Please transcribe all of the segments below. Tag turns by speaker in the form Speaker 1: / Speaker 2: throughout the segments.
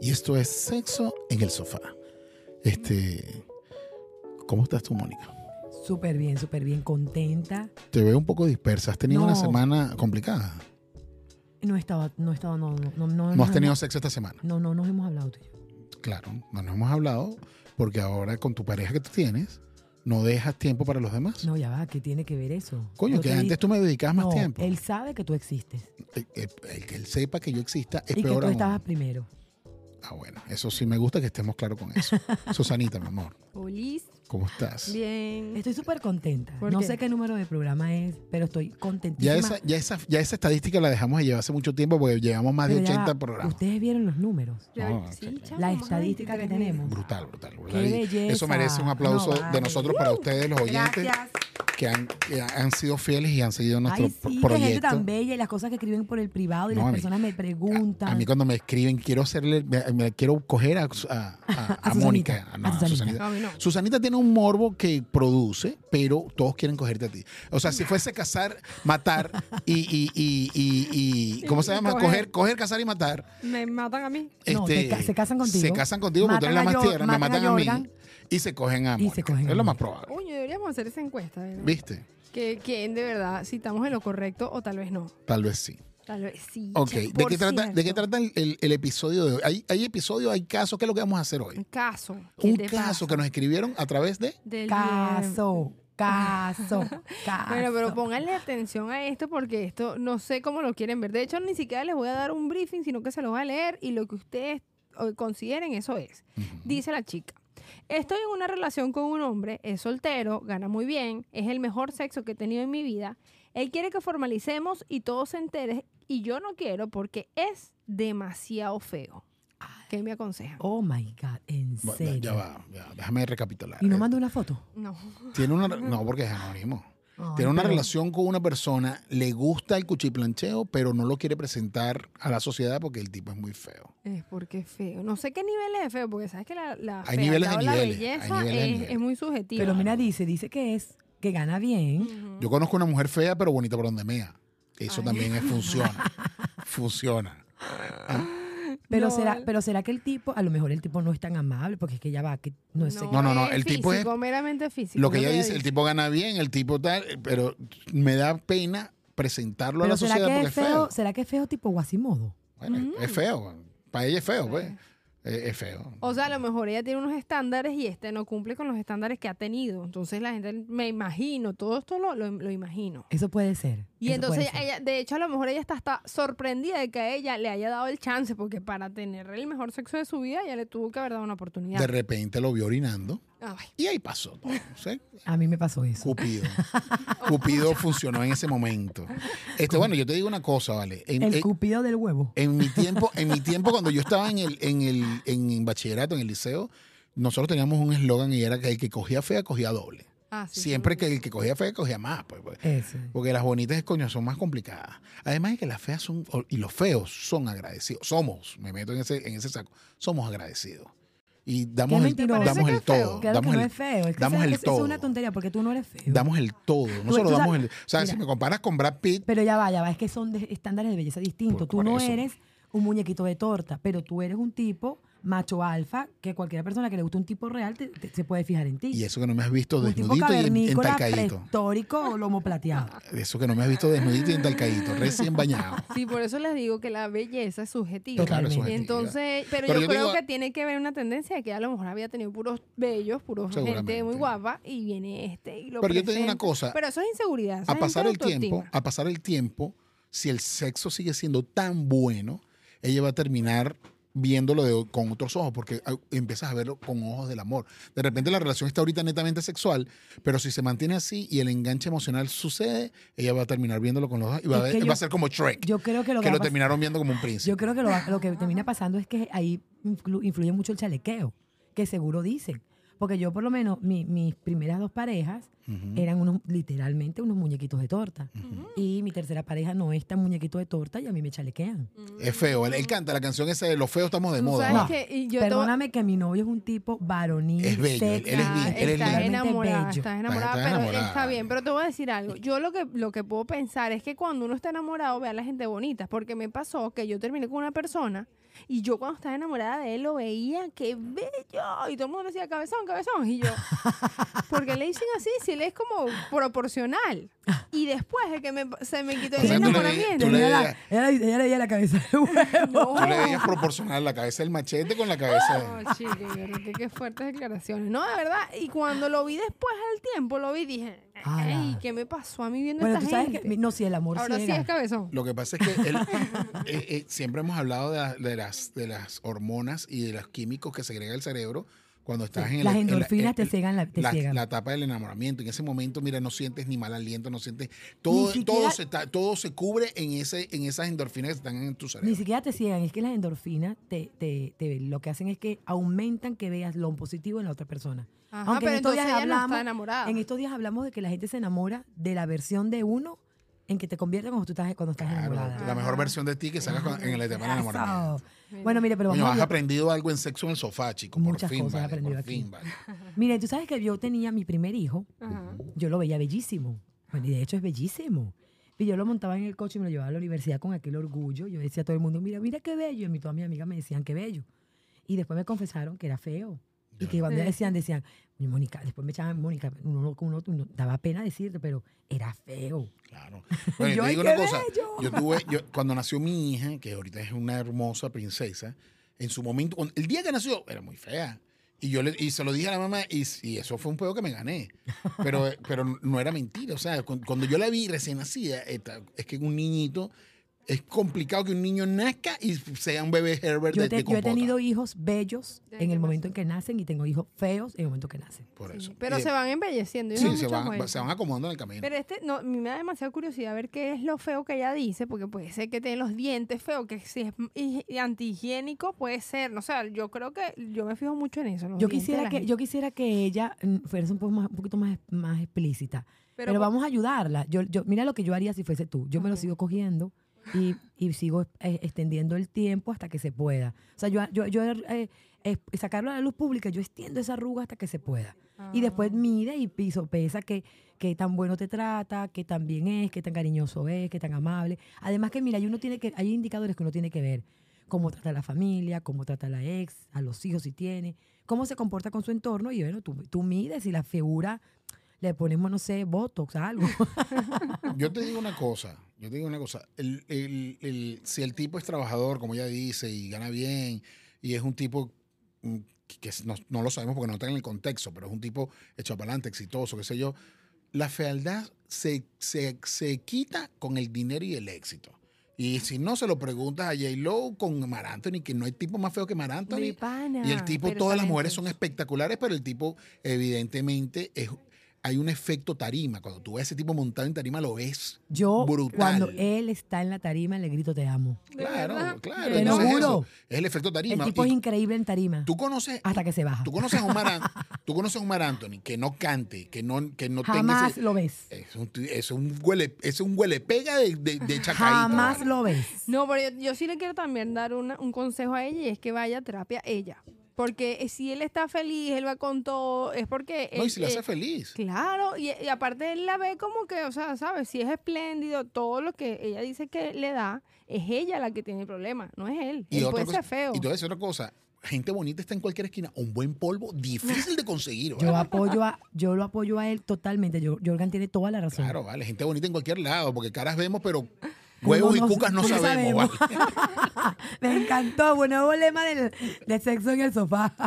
Speaker 1: Y esto es Sexo en el Sofá. Este, ¿Cómo estás tú, Mónica?
Speaker 2: Súper bien, súper bien, contenta.
Speaker 1: Te veo un poco dispersa. Has tenido una
Speaker 2: No.
Speaker 1: semana complicada.
Speaker 2: No estaba, no estaba, no, no, no, no.
Speaker 1: No
Speaker 2: nos
Speaker 1: has tenido
Speaker 2: hemos-
Speaker 1: sexo esta semana.
Speaker 2: No, no nos hemos hablado tú y yo.
Speaker 1: Claro, no nos hemos hablado porque ahora con tu pareja que tú tienes, no dejas tiempo para los demás.
Speaker 2: No, ya va, ¿qué tiene que ver eso?
Speaker 1: Coño,
Speaker 2: Yo
Speaker 1: que
Speaker 2: te di-
Speaker 1: antes tú me dedicabas más
Speaker 2: No,
Speaker 1: tiempo.
Speaker 2: Él sabe que tú existes
Speaker 1: El, el que él sepa que yo exista es
Speaker 2: y que
Speaker 1: peor
Speaker 2: tú
Speaker 1: aún.
Speaker 2: estabas primero.
Speaker 1: Ah, bueno, eso sí me gusta que estemos claros con eso. Susanita, mi amor,
Speaker 3: Polis,
Speaker 1: ¿cómo estás?
Speaker 3: bien.
Speaker 2: Estoy súper contenta.
Speaker 3: ¿Por
Speaker 2: No
Speaker 3: qué?
Speaker 2: sé qué número de programa es, pero estoy
Speaker 1: Ya
Speaker 2: contentísima.
Speaker 1: esa, ya, esa, ya esa estadística la dejamos de llevar hace mucho tiempo porque llevamos más de
Speaker 2: Pero ya
Speaker 1: 80
Speaker 2: va,
Speaker 1: programas.
Speaker 2: Ustedes vieron los números.
Speaker 1: Ah,
Speaker 3: Sí,
Speaker 1: ok.
Speaker 3: chamo,
Speaker 2: La
Speaker 3: más de
Speaker 2: estadística que
Speaker 3: 23 mil.
Speaker 2: tenemos.
Speaker 1: Brutal, brutal. brutal.
Speaker 2: Qué
Speaker 1: Y
Speaker 2: belleza.
Speaker 1: Eso merece un aplauso
Speaker 2: No, vale.
Speaker 1: de nosotros para ustedes, los oyentes,
Speaker 3: Gracias.
Speaker 1: que han, que han sido fieles y han seguido nuestro
Speaker 2: Ay,
Speaker 1: pro-
Speaker 2: sí, qué gente
Speaker 1: proyecto.
Speaker 2: tan bella y las cosas que escriben por el privado y
Speaker 1: No, a
Speaker 2: las
Speaker 1: mí-
Speaker 2: personas me preguntan.
Speaker 1: A, a mí cuando me escriben, quiero hacerle, me, me quiero coger a, a- a- a
Speaker 2: Susanita,
Speaker 1: Mónica. No,
Speaker 2: a
Speaker 1: a
Speaker 2: Susanita.
Speaker 1: Susanita.
Speaker 3: No, a mí no.
Speaker 1: Susanita tiene un morbo que produce, pero todos quieren cogerte a ti. O sea, si fuese cazar, matar y, y, y, y, y- ¿cómo se
Speaker 3: Y
Speaker 1: llama?
Speaker 3: coger.
Speaker 1: Coger, coger, cazar y matar.
Speaker 3: Me matan a mí.
Speaker 2: No, te ca- se casan contigo.
Speaker 1: Este, Se casan contigo porque tú eres la
Speaker 2: Matan a
Speaker 1: más
Speaker 2: Jor-
Speaker 1: tierra, me
Speaker 2: matan
Speaker 1: matan
Speaker 2: a
Speaker 1: a, mí
Speaker 2: Jordan.
Speaker 1: y se cogen a
Speaker 2: Y se
Speaker 1: Mónica.
Speaker 2: cogen a
Speaker 1: Es lo más
Speaker 2: Mónica.
Speaker 1: probable.
Speaker 3: Oye, deberíamos hacer esa encuesta, ¿verdad?
Speaker 1: ¿Viste?
Speaker 3: Que quién de verdad, si estamos en lo correcto o tal vez no.
Speaker 1: Tal vez sí.
Speaker 3: Tal vez sí.
Speaker 1: Ok,
Speaker 3: chamo,
Speaker 1: ¿de
Speaker 3: por
Speaker 1: qué trata, de qué
Speaker 3: cierto.
Speaker 1: trata el, el- el episodio de hoy? ¿Hay, hay episodio, hay caso? ¿Qué es lo que vamos a hacer hoy?
Speaker 3: Un caso. ¿Qué
Speaker 1: Un
Speaker 3: te
Speaker 1: caso
Speaker 3: pasa?
Speaker 1: que nos escribieron a través de...
Speaker 3: Del DM.
Speaker 2: Caso, caso, caso.
Speaker 3: Bueno, pero pónganle atención a esto porque esto no sé cómo lo quieren ver. De hecho, ni siquiera les voy a dar un briefing, sino que se lo voy a leer y lo que ustedes eh, consideren, eso es. Dice la chica. Estoy en una relación con un hombre, es soltero, gana muy bien, es el mejor sexo que he tenido en mi vida. Él quiere que formalicemos y todos se enteren y yo no quiero porque es demasiado feo. ¿Qué me aconsejan?
Speaker 2: Oh my God, en
Speaker 1: Bueno,
Speaker 2: serio.
Speaker 1: ya va, ya, déjame recapitular.
Speaker 2: Y no
Speaker 1: Eh,
Speaker 2: manda una foto.
Speaker 3: No.
Speaker 1: Tiene una, no, porque es anónimo.
Speaker 2: Ay,
Speaker 1: Tiene una
Speaker 2: pero-
Speaker 1: relación con una persona, le gusta el cuchiplancheo, pero no lo quiere presentar a la sociedad porque el tipo es muy feo.
Speaker 3: Es porque es feo. No sé qué nivel es feo, porque sabes que la, la
Speaker 1: Hay niveles de
Speaker 3: fealdad o la
Speaker 1: niveles, hay
Speaker 3: belleza
Speaker 1: niveles de
Speaker 3: es,
Speaker 1: niveles.
Speaker 3: es muy subjetiva.
Speaker 2: Pero mira, dice, dice que es, que gana bien.
Speaker 3: Ujú.
Speaker 1: Yo conozco una mujer fea, pero bonita por donde mea. Eso
Speaker 3: Ay.
Speaker 1: también es- funciona. funciona.
Speaker 2: Pero
Speaker 3: No,
Speaker 2: será,
Speaker 3: el-
Speaker 2: pero será que el tipo, a lo mejor el tipo no es tan amable, porque es que ya va, que no es sexy.
Speaker 1: No, no, no, el tipo es-
Speaker 3: físico, meramente físico.
Speaker 1: lo que
Speaker 3: es
Speaker 1: ella dice, el tipo gana bien, el tipo tal, eh, pero me da pena presentarlo a
Speaker 2: Pero
Speaker 1: la
Speaker 2: será
Speaker 1: sociedad
Speaker 2: que
Speaker 1: porque
Speaker 2: es feo, será que es feo tipo Guasimodo.
Speaker 1: Bueno, es-
Speaker 3: Mm.
Speaker 1: es feo. Para ella es feo, pues.
Speaker 3: Sí.
Speaker 1: Eh, Es feo.
Speaker 3: O sea, a lo mejor ella tiene unos estándares y este no cumple con los estándares que ha tenido. Entonces la gente, me imagino, todo esto lo, lo- lo imagino.
Speaker 2: Eso puede ser.
Speaker 3: Y
Speaker 2: eso puede
Speaker 3: entonces
Speaker 2: ser.
Speaker 3: ella, de hecho, a lo mejor ella está, hasta sorprendida de que a ella le haya dado el chance, porque para tener el mejor sexo de su vida ya le tuvo que haber dado una oportunidad.
Speaker 1: de repente lo vio orinando
Speaker 3: Ay,
Speaker 1: y ahí pasó todo. ¿sí?
Speaker 2: A mí me pasó eso.
Speaker 1: Cupido. Cupido funcionó en ese momento. Este, bueno, yo te digo una cosa, ¿vale? En,
Speaker 2: El
Speaker 1: en-
Speaker 2: cupido del huevo.
Speaker 1: en mi tiempo, en mi tiempo cuando yo estaba en el, en el en, en bachillerato, en el liceo, nosotros teníamos un eslogan y era que el que cogía fea cogía doble.
Speaker 3: ah, sí,
Speaker 1: Siempre
Speaker 3: sí.
Speaker 1: que el que cogía fea cogía más, pues, pues.
Speaker 2: Eso.
Speaker 1: Porque las bonitas, coño, son más complicadas. Además de que las feas son, o- y los feos son agradecidos. Somos, me meto en ese, en ese saco, somos agradecidos. Y damos
Speaker 2: Qué
Speaker 1: el,
Speaker 2: mentiroso.
Speaker 1: damos el
Speaker 3: ¿Te parece que es
Speaker 1: todo.
Speaker 2: Claro
Speaker 3: feo?
Speaker 2: que
Speaker 1: Damos
Speaker 2: no
Speaker 1: el,
Speaker 2: es feo. Es que
Speaker 1: damos
Speaker 2: sabes
Speaker 1: el
Speaker 2: que eso es una
Speaker 1: todo.
Speaker 2: tontería porque tú no eres feo.
Speaker 1: damos el todo. No
Speaker 2: Tú-
Speaker 1: solo
Speaker 2: tú
Speaker 1: damos el.
Speaker 2: sabes-
Speaker 1: O sea, si
Speaker 2: mira.
Speaker 1: me comparas con Brad Pitt,
Speaker 2: Pero ya va, ya va, es que son de- estándares de belleza distintos.
Speaker 1: Por-
Speaker 2: Tú
Speaker 1: por
Speaker 2: no
Speaker 1: eso.
Speaker 2: eres un muñequito de torta, pero tú eres un tipo macho alfa que cualquier persona que le guste un tipo real te- te- se puede fijar en ti.
Speaker 1: y eso que no me has visto
Speaker 2: un tipo
Speaker 1: desnudito y en, en
Speaker 2: cavernícola,
Speaker 1: talcaíto.
Speaker 2: prehistórico o lomo plateado.
Speaker 1: Eso que no me has visto desnudito y en talcaíto,
Speaker 2: Ah.
Speaker 1: recién bañado.
Speaker 3: Sí, por eso les digo que la belleza es subjetiva.
Speaker 1: Claro, es
Speaker 2: Totalmente.
Speaker 1: subjetiva.
Speaker 3: Entonces, pero,
Speaker 1: Pero
Speaker 3: yo,
Speaker 1: yo
Speaker 3: creo
Speaker 1: digo-
Speaker 3: que tiene que ver una tendencia de que a lo mejor había tenido puros bellos, puros gente
Speaker 1: Seguramente.
Speaker 3: muy guapa y viene este y lo
Speaker 1: Pero yo te digo una
Speaker 3: presenta.
Speaker 1: cosa,
Speaker 3: Pero eso es inseguridad. eso
Speaker 1: a
Speaker 3: es
Speaker 1: pasar el
Speaker 3: gente de
Speaker 1: tiempo,
Speaker 3: autoestima.
Speaker 1: a pasar el tiempo, si el sexo sigue siendo tan bueno, ella va a terminar viéndolo de- con otros ojos, porque ah, empiezas a verlo con ojos del amor. De repente la relación está ahorita netamente sexual, pero si se mantiene así y el enganche emocional sucede, ella va a terminar viéndolo con los ojos y va, a,
Speaker 2: Es
Speaker 1: ver-
Speaker 2: que
Speaker 1: va a
Speaker 2: yo-
Speaker 1: ser como Shrek,
Speaker 2: Yo creo que lo
Speaker 1: que
Speaker 2: va
Speaker 1: lo
Speaker 2: a pas-
Speaker 1: terminaron viendo como un príncipe.
Speaker 2: Yo creo que lo, va- lo que termina pasando es que ahí influ- influye mucho el chalequeo, que seguro dicen. Porque yo, por lo menos, mi- mis primeras dos parejas
Speaker 1: Ujú.
Speaker 2: eran unos literalmente unos muñequitos de torta. Y mi tercera pareja no es tan muñequito de torta y a mí me chalequean.
Speaker 1: Es feo. Él, él canta la canción esa de Los feos estamos de
Speaker 3: Tú
Speaker 1: moda.
Speaker 3: sabes
Speaker 1: ¿no?
Speaker 3: que- y yo te-
Speaker 2: Perdóname que mi novio es un tipo varonil.
Speaker 1: Es bello, él-
Speaker 2: sexy,
Speaker 1: él es
Speaker 3: Ah,
Speaker 1: bien, él es
Speaker 3: estás
Speaker 1: lindo.
Speaker 3: enamorada,
Speaker 2: Bello.
Speaker 3: estás enamorada,
Speaker 1: Estás
Speaker 3: pero
Speaker 1: enamorada.
Speaker 3: está bien. Pero te voy a decir algo. Yo lo que lo que puedo pensar es que cuando uno está enamorado ve a la gente bonita, porque me pasó que yo terminé con una persona Y yo cuando estaba enamorada de él lo veía, qué bello. Y todo el mundo decía, cabezón, cabezón. Y yo, ¿por qué le dicen así? Si él es como proporcional. Y después de que me- se me quitó
Speaker 1: O
Speaker 3: el
Speaker 1: sea, tú le-
Speaker 3: enamoramiento.
Speaker 1: tú le-
Speaker 2: Ella, la- ella, la- ella le veía la cabeza de huevo.
Speaker 1: Tú le veías proporcional la cabeza del machete con la cabeza de-
Speaker 2: Oh.
Speaker 3: No, chica, yo creo que Oh, qué fuertes declaraciones. No, de verdad. Y cuando lo vi después al tiempo, lo vi y dije,
Speaker 2: Ala.
Speaker 3: ay, ¿qué me pasó a mí viendo
Speaker 2: Ah, Bueno, tú
Speaker 3: esta
Speaker 2: sabes
Speaker 3: gente?
Speaker 2: que. No, si el amor
Speaker 3: Ahora sí
Speaker 2: ciega.
Speaker 3: es cabezón.
Speaker 1: Lo que pasa es que él- eh, eh, siempre hemos hablado de, la- de las, de las hormonas y de los químicos que segrega el cerebro cuando estás en el...
Speaker 2: Las
Speaker 1: en la-
Speaker 2: endorfinas
Speaker 1: en-
Speaker 2: te ciegan la- te
Speaker 1: la,
Speaker 2: ciegan.
Speaker 1: la etapa del enamoramiento. En ese momento, mira, no sientes ni mal aliento, no sientes... Todo,
Speaker 2: siquiera-
Speaker 1: todo, se, ta- todo se cubre en, ese, en esas endorfinas que están en tu
Speaker 2: Ni
Speaker 1: cerebro.
Speaker 2: siquiera te ciegan, es que las endorfinas te, te, te- lo que hacen es que aumentan que veas lo positivo en la otra persona.
Speaker 3: Ajá, pero entonces ella no está enamorada.
Speaker 2: en estos días hablamos de que la gente se enamora de la versión de uno en que te convierte cuando tú estás cuando estás
Speaker 1: Claro,
Speaker 2: enamorada.
Speaker 1: la mejor versión de ti que sacas con- en la etapa del enamoramiento.
Speaker 2: Eso. Bueno, mire, pero
Speaker 1: Coño, has
Speaker 2: vamos a hablar-
Speaker 1: aprendido algo en sexo en el sofá, chico. Por
Speaker 2: Muchas
Speaker 1: fin,
Speaker 2: cosas he
Speaker 1: vale,
Speaker 2: aprendido
Speaker 1: por
Speaker 2: aquí.
Speaker 1: fin, vale.
Speaker 2: Mire, tú sabes que yo tenía mi primer hijo,
Speaker 3: Ajá.
Speaker 2: yo lo veía bellísimo. Bueno, y de hecho es bellísimo. Y yo lo montaba en el coche y me lo llevaba a la universidad con aquel orgullo. Yo decía a todo el mundo, mira, mira qué bello. Y a mí todas mis amigas me decían qué bello. Y después me confesaron que era feo. Y que cuando
Speaker 3: Sí.
Speaker 2: decían, decían, "Oye, Mónica, después me echaban, Mónica, uno, uno- uno- daba pena decirte, pero era feo.
Speaker 1: Claro. Bueno,
Speaker 2: Yo,
Speaker 1: te digo
Speaker 2: ¡ay,
Speaker 1: una
Speaker 2: qué
Speaker 1: cosa.
Speaker 2: bello!
Speaker 1: Yo tuve, yo- cuando nació mi hija, que ahorita es una hermosa princesa, en su momento, cuando- el día que nació, era muy fea. Y yo le, y se lo dije a la mamá, y, y eso fue un juego que me gané. Pero, eh, pero no era mentira. O sea, cu- cuando yo la vi recién nacida, esta- es que un niñito, es complicado que un niño nazca y sea un bebé Herbert
Speaker 2: Yo,
Speaker 1: de,
Speaker 2: te-
Speaker 1: de
Speaker 2: yo he
Speaker 1: compota.
Speaker 2: tenido hijos bellos
Speaker 3: Desde
Speaker 2: en
Speaker 3: que
Speaker 2: el momento en que nacen y tengo hijos feos en el momento que nacen.
Speaker 1: Por
Speaker 3: Sí,
Speaker 1: eso.
Speaker 3: Pero
Speaker 1: Eh,
Speaker 3: se van embelleciendo. y
Speaker 1: Sí,
Speaker 3: dan
Speaker 1: se
Speaker 3: muchas
Speaker 1: van,
Speaker 3: vueltas.
Speaker 1: se van acomodando en el camino.
Speaker 3: Pero este, no, a mí me da demasiada curiosidad ver qué es lo feo que ella dice, porque puede ser que tiene los dientes feos, que si es hi- antihigiénico puede ser. No sé, yo creo que yo me fijo mucho en eso. los
Speaker 2: Yo
Speaker 3: dientes de
Speaker 2: quisiera,
Speaker 3: la
Speaker 2: que,
Speaker 3: gente.
Speaker 2: yo quisiera que ella mm, fuera un, poco más, un poquito más, más explícita. Pero,
Speaker 3: por-
Speaker 2: vamos a ayudarla. Yo, yo, mira lo que yo haría si fuese tú. Yo me lo
Speaker 3: Ok.
Speaker 2: sigo cogiendo y, y sigo eh, extendiendo el tiempo hasta que se pueda. O sea, yo, yo, yo, eh, eh, sacarlo a la luz pública, yo extiendo esa arruga hasta que se pueda. Y después
Speaker 3: Ah.
Speaker 2: mide y piso, pesa qué, qué tan bueno te trata, qué tan bien es, qué tan cariñoso es, qué tan amable. Además que, mira, hay, uno tiene que, hay indicadores que uno tiene que ver. Cómo trata a la familia, cómo trata a la ex, a los hijos si tiene, cómo se comporta con su entorno. Y bueno, tú, tú mides y la figura le ponemos, no sé, botox, algo.
Speaker 1: Yo te digo una cosa, yo te digo una cosa. El- el- el- si el tipo es trabajador, como ella dice, y gana bien, y es un tipo mm, que, que no, no lo sabemos porque no está en el contexto, pero es un tipo hecho para adelante, exitoso, qué sé yo, la fealdad se, se, se quita con el dinero y el éxito. Y si no, se lo preguntas a J-Lo con Mar Anthony, que no hay tipo más feo que Mar Anthony.
Speaker 3: Mi pana,
Speaker 1: Y
Speaker 2: Ah,
Speaker 1: el tipo,
Speaker 3: pero
Speaker 1: todas las
Speaker 3: talentos.
Speaker 1: mujeres son espectaculares, pero el tipo, evidentemente, es, hay un efecto tarima. Cuando tú ves a ese tipo montado en tarima, lo ves.
Speaker 2: Yo,
Speaker 1: Brutal.
Speaker 2: cuando él está en la tarima, le grito te amo.
Speaker 3: ¿De
Speaker 1: Claro,
Speaker 3: verdad?
Speaker 1: claro.
Speaker 2: Te
Speaker 3: Yo
Speaker 2: lo
Speaker 1: entonces
Speaker 3: no.
Speaker 1: es
Speaker 2: juro.
Speaker 1: eso, Es el efecto tarima.
Speaker 2: El tipo
Speaker 1: Y
Speaker 2: es increíble en tarima,
Speaker 1: tú conoces.
Speaker 2: hasta que se baja.
Speaker 1: Tú conoces a un Mar, An- tú conoces a un Mar Anthony que no cante, que no, que no tenga
Speaker 2: Jamás
Speaker 1: ese-
Speaker 2: lo ves.
Speaker 1: Es un, ti- es un huele, es un huele pega de, de, de chacaíto,
Speaker 2: Jamás
Speaker 1: vale.
Speaker 2: lo ves.
Speaker 3: No, pero yo, yo sí le quiero también dar una- un consejo a ella y es que vaya a terapia ella. Porque eh, si él está feliz, él va con todo, es porque...
Speaker 1: No, y
Speaker 3: él-
Speaker 1: si le hace
Speaker 3: eh,
Speaker 1: feliz.
Speaker 3: Claro, y, y aparte él la ve como que, o sea, ¿sabes? Si es espléndido, todo lo que ella dice que le da, es ella la que tiene el problema, no es él. él puede
Speaker 1: cosa,
Speaker 3: ser feo.
Speaker 1: y te voy a decir otra cosa. Gente bonita está en cualquier esquina. Un buen polvo, difícil de conseguir. ¿vale?
Speaker 2: Yo apoyo a, yo lo apoyo a él totalmente. Yo, Jorgan tiene toda la razón.
Speaker 1: Claro, vale, gente bonita en cualquier lado, porque caras vemos, pero
Speaker 2: No,
Speaker 1: huevos y
Speaker 2: no,
Speaker 1: cucas no,
Speaker 2: no
Speaker 1: sabemos.
Speaker 2: sabemos.
Speaker 1: vale.
Speaker 2: Me encantó. Bueno, nuevo lema del, de sexo en el sofá.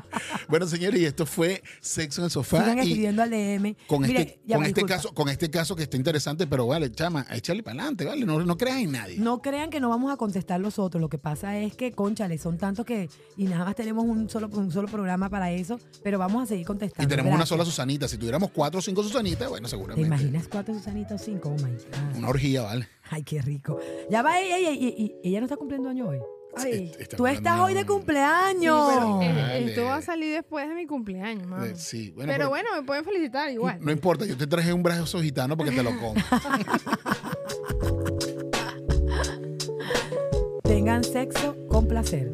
Speaker 1: Bueno, señores, y esto fue Sexo en el Sofá.
Speaker 2: Sigan
Speaker 1: Y
Speaker 2: escribiendo al DM.
Speaker 1: con,
Speaker 2: Mire,
Speaker 1: este,
Speaker 2: ya,
Speaker 1: con, este
Speaker 2: disculpa.
Speaker 1: caso, con este caso que está interesante, pero vale, chama, échale para adelante, vale, no, no creas en nadie.
Speaker 2: No crean que no vamos a contestar los otros. Lo que pasa es que, conchales, son tantos que. Y nada más tenemos un solo, un solo programa para eso, pero vamos a seguir
Speaker 1: y
Speaker 2: contestando.
Speaker 1: tenemos una
Speaker 2: Gracias.
Speaker 1: sola Susanita. Si tuviéramos cuatro o cinco Susanitas, bueno,
Speaker 2: ¿Te
Speaker 1: seguramente.
Speaker 2: imaginas cuatro Susanitas o cinco? Oh my God.
Speaker 1: Una orgía, vale.
Speaker 2: Ay, qué rico. Ya va, ey, ey, ey, ey, ella no está cumpliendo años hoy.
Speaker 3: Ay,
Speaker 1: Este- este
Speaker 2: Tú
Speaker 1: hablando-
Speaker 2: estás hoy de
Speaker 3: sí,
Speaker 2: cumpleaños.
Speaker 3: pero, eh,
Speaker 1: Vale.
Speaker 3: Esto va a salir después de mi cumpleaños,
Speaker 2: Ah.
Speaker 3: mamá.
Speaker 1: Eh, Sí, bueno.
Speaker 3: pero
Speaker 1: pero-
Speaker 3: bueno, me pueden felicitar igual.
Speaker 1: No importa, yo te traje un brazo gitano porque te lo como.
Speaker 2: Tengan sexo con placer.